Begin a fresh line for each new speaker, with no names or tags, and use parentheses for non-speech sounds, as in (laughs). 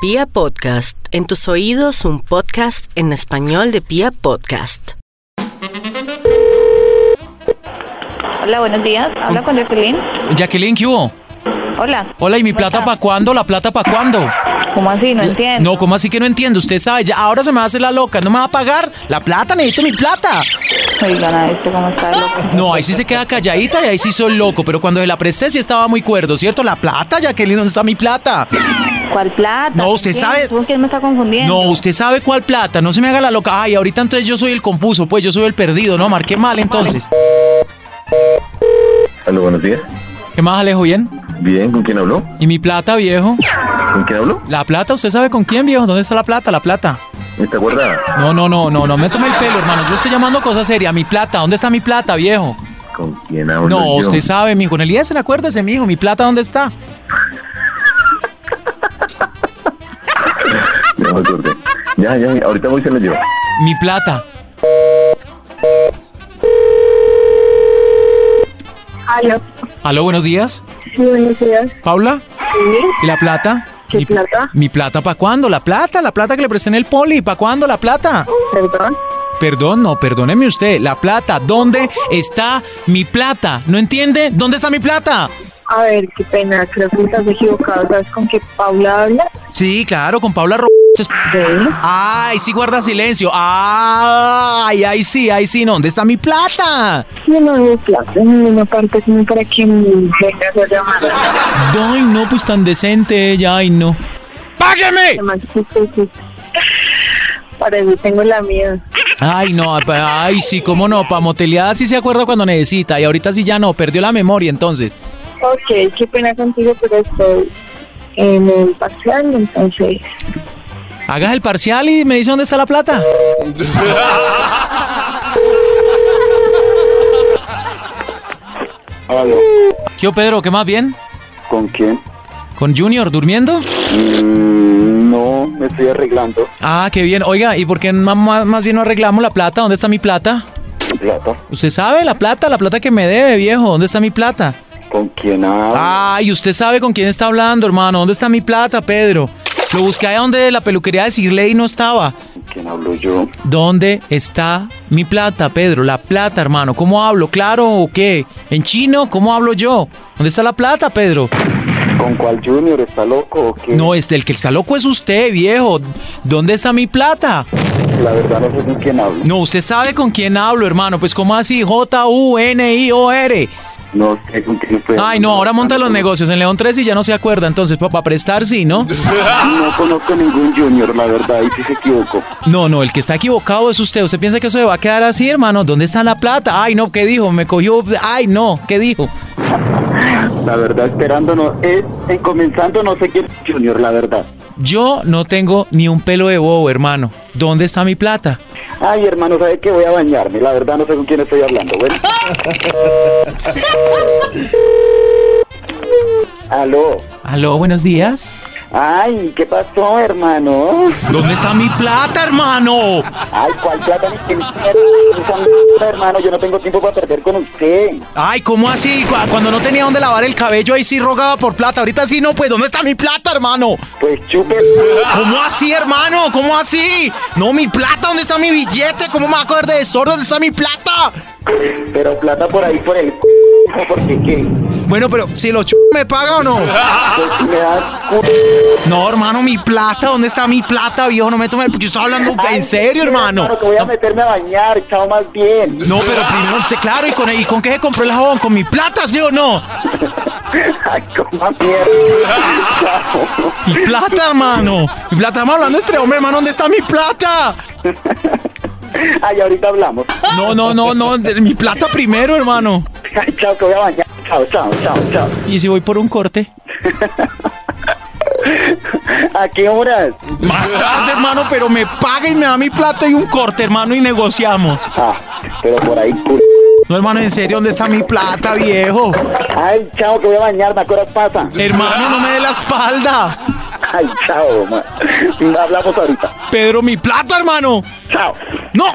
Pia Podcast, en tus oídos un podcast en español de Pia Podcast.
Hola, buenos días. Habla con Jacqueline.
Jacqueline, ¿qué hubo?
Hola.
Hola, ¿y mi
¿Cómo
plata
está?
para cuándo? ¿La plata para cuándo?
¿Cómo así? No
Em.
entiendo.
No, ¿cómo así que no entiendo? Usted sabe, ya, ahora se me hace la loca, no me va a pagar. La plata, necesito mi plata.
Oigan, a este cómo está loco.
No, ahí sí se queda calladita y ahí sí soy loco, pero cuando se la presté sí estaba muy cuerdo, ¿cierto? La plata, Jacqueline, ¿dónde está mi plata?
¿Cuál plata?
No, usted
¿Quién?
sabe-
¿Tú quién me está confundiendo?
No, usted sabe cuál plata, no se me haga la loca. Ay, ahorita entonces yo soy el confuso, pues yo soy el perdido, ¿no? Marqué mal entonces.
Aló, buenos días.
¿Qué más, Alejo, bien?
Bien, ¿con quién habló?
¿Y mi plata, viejo?
¿Con quién habló?
¿La plata? ¿Usted sabe con quién, viejo? ¿Dónde está la plata? La plata.
¿Está guardada?
No, no, no, no, no me tome el pelo, hermano. Yo estoy llamando cosas serias. Mi plata, ¿dónde está mi plata, viejo?
¿Con quién habló?
No,
yo?
usted sabe, mijo. En el IES, acuérdese, mijo. Mi plata, ¿dónde está?
No me acordé. Ya, ya, ya, ahorita voy y se lo llevo.
Mi plata.
Aló,
Aló, buenos días.
sí, buenos días.
¿Paula?
Sí,
¿Y la plata?
¿Qué
mi,
plata?
¿Mi plata para cuándo? ¿La plata? ¿La plata que le presté en el poli? ¿Para cuándo la plata?
perdón.
Perdón, no, perdóneme usted. La plata. ¿Dónde está mi plata? ¿No entiende? ¿Dónde está mi plata?
A ver, qué pena, creo que estás equivocado. ¿Sabes con qué Paula habla?
Sí, claro, con Paula Ro...
Sí.
Ay, sí guarda silencio. Ay, ay sí, ay sí, no. ¿Dónde está mi plata?
Yo no había plata en ninguna parte, sino para que me vengas a
(laughs)
llamar.
Ay, no, pues tan decente ella, ay, no. ¡Págueme!
Además, sí, sí, sí. Para eso tengo la mía.
Ay, no, pa- ay, sí, cómo no, pa' moteleada sí se acuerda cuando necesita y ahorita sí ya no, perdió la memoria entonces.
Ok, qué pena contigo, pero estoy en el parcial, entonces.
Hagas el parcial y me dice dónde está la plata.
Aló,
Yo, Pedro, ¿qué más bien?
¿con quién?
¿Con Junior durmiendo?
Mm, no, me estoy arreglando.
Ah, qué bien. Oiga, ¿y por qué no- más, más bien no arreglamos la plata? ¿Dónde está mi plata?
Plata,
¿Usted sabe la plata? La plata que me debe, viejo. ¿Dónde está mi plata?
¿con quién hablo?
Ay, usted sabe con quién está hablando, hermano. ¿Dónde está mi plata, Pedro? Lo busqué allá donde la peluquería de Sirley no estaba.
¿Con quién hablo yo?
¿Dónde está mi plata, Pedro? La plata, hermano. ¿Cómo hablo? ¿Claro o qué? ¿En chino? ¿Cómo hablo yo? ¿Dónde está la plata, Pedro?
¿Con cuál Junior? ¿Está loco o qué?
No, este, el que está loco es usted, viejo. ¿Dónde está mi plata?
La verdad no sé con quién hablo.
No, usted sabe con quién hablo, hermano. Pues, ¿cómo así? J-U-N-I-O-R.
No, sé con quién estoy
Ay, no,
hablando.
ahora monta los negocios en León 3 y ya no se acuerda. Entonces, para prestar, sí, ¿no? Ah.
No conozco ningún Junior, la verdad, y si se equivocó.
No, no, el que está equivocado es usted. ¿Usted piensa que eso se va a quedar así, hermano? ¿Dónde está la plata? Ay, no, ¿qué dijo? Me cogió. Ay, no, ¿qué dijo?
La verdad, esperando, no, eh, eh, comenzando no sé quién es Junior, la verdad.
Yo no tengo ni un pelo de bobo, hermano. ¿Dónde está mi plata?
Ay, hermano, ¿sabe qué? Voy a bañarme, la verdad no sé con quién estoy hablando, bueno. Aló.
Aló, buenos días.
Ay, ¿qué pasó, hermano?
¿Dónde está mi plata, hermano?
Ay, ¿cuál plata ni qué mierda, hermano? Yo no tengo tiempo para perder con usted.
Ay, ¿cómo así? Cu- Cuando no tenía dónde lavar el cabello, ahí sí rogaba por plata. Ahorita sí no, pues ¿dónde está mi plata, hermano?
Pues chupe.
¿Cómo así, hermano? ¿Cómo así? No, mi plata, ¿dónde está mi billete? ¿Cómo me acuerdo de sordo? ¿Dónde está mi plata?
Pero plata por ahí, por el c... porque qué.
Bueno, pero si los ch... me paga o no.
Pues si me das
(laughs)
c...
No, hermano, mi plata, ¿dónde está mi plata, viejo? No me tome, porque yo estaba hablando en serio, hermano.
Que voy a
No,
meterme a bañar, chao más bien. (laughs)
No, pero primero, sí, claro, ¿y con, ¿y con qué se compró el jabón? ¿Con mi plata, sí o no?
Ay, coma mierda. Chao.
Mi plata, hermano. Mi plata, estamos hablando entre hombres, hermano, ¿dónde está mi plata?
Ay, ahorita hablamos.
No, no, no, no, de- mi plata primero, hermano.
Ay, chao, que voy a bañar. Chao, chao, chao, chao.
¿Y si voy por un corte?
¿A qué horas?
Más tarde, hermano, pero me paga y me da mi plata y un corte, hermano, y negociamos.
Ah, pero por ahí c...
No, hermano, en serio, ¿dónde está mi plata, viejo?
Ay, chao, que voy a bañarme. ¿A qué horas pasa?
Hermano, no me dé la espalda.
Ay, chao, ma. Hablamos ahorita.
Pedro, mi plata, hermano.
Chao.
¡No!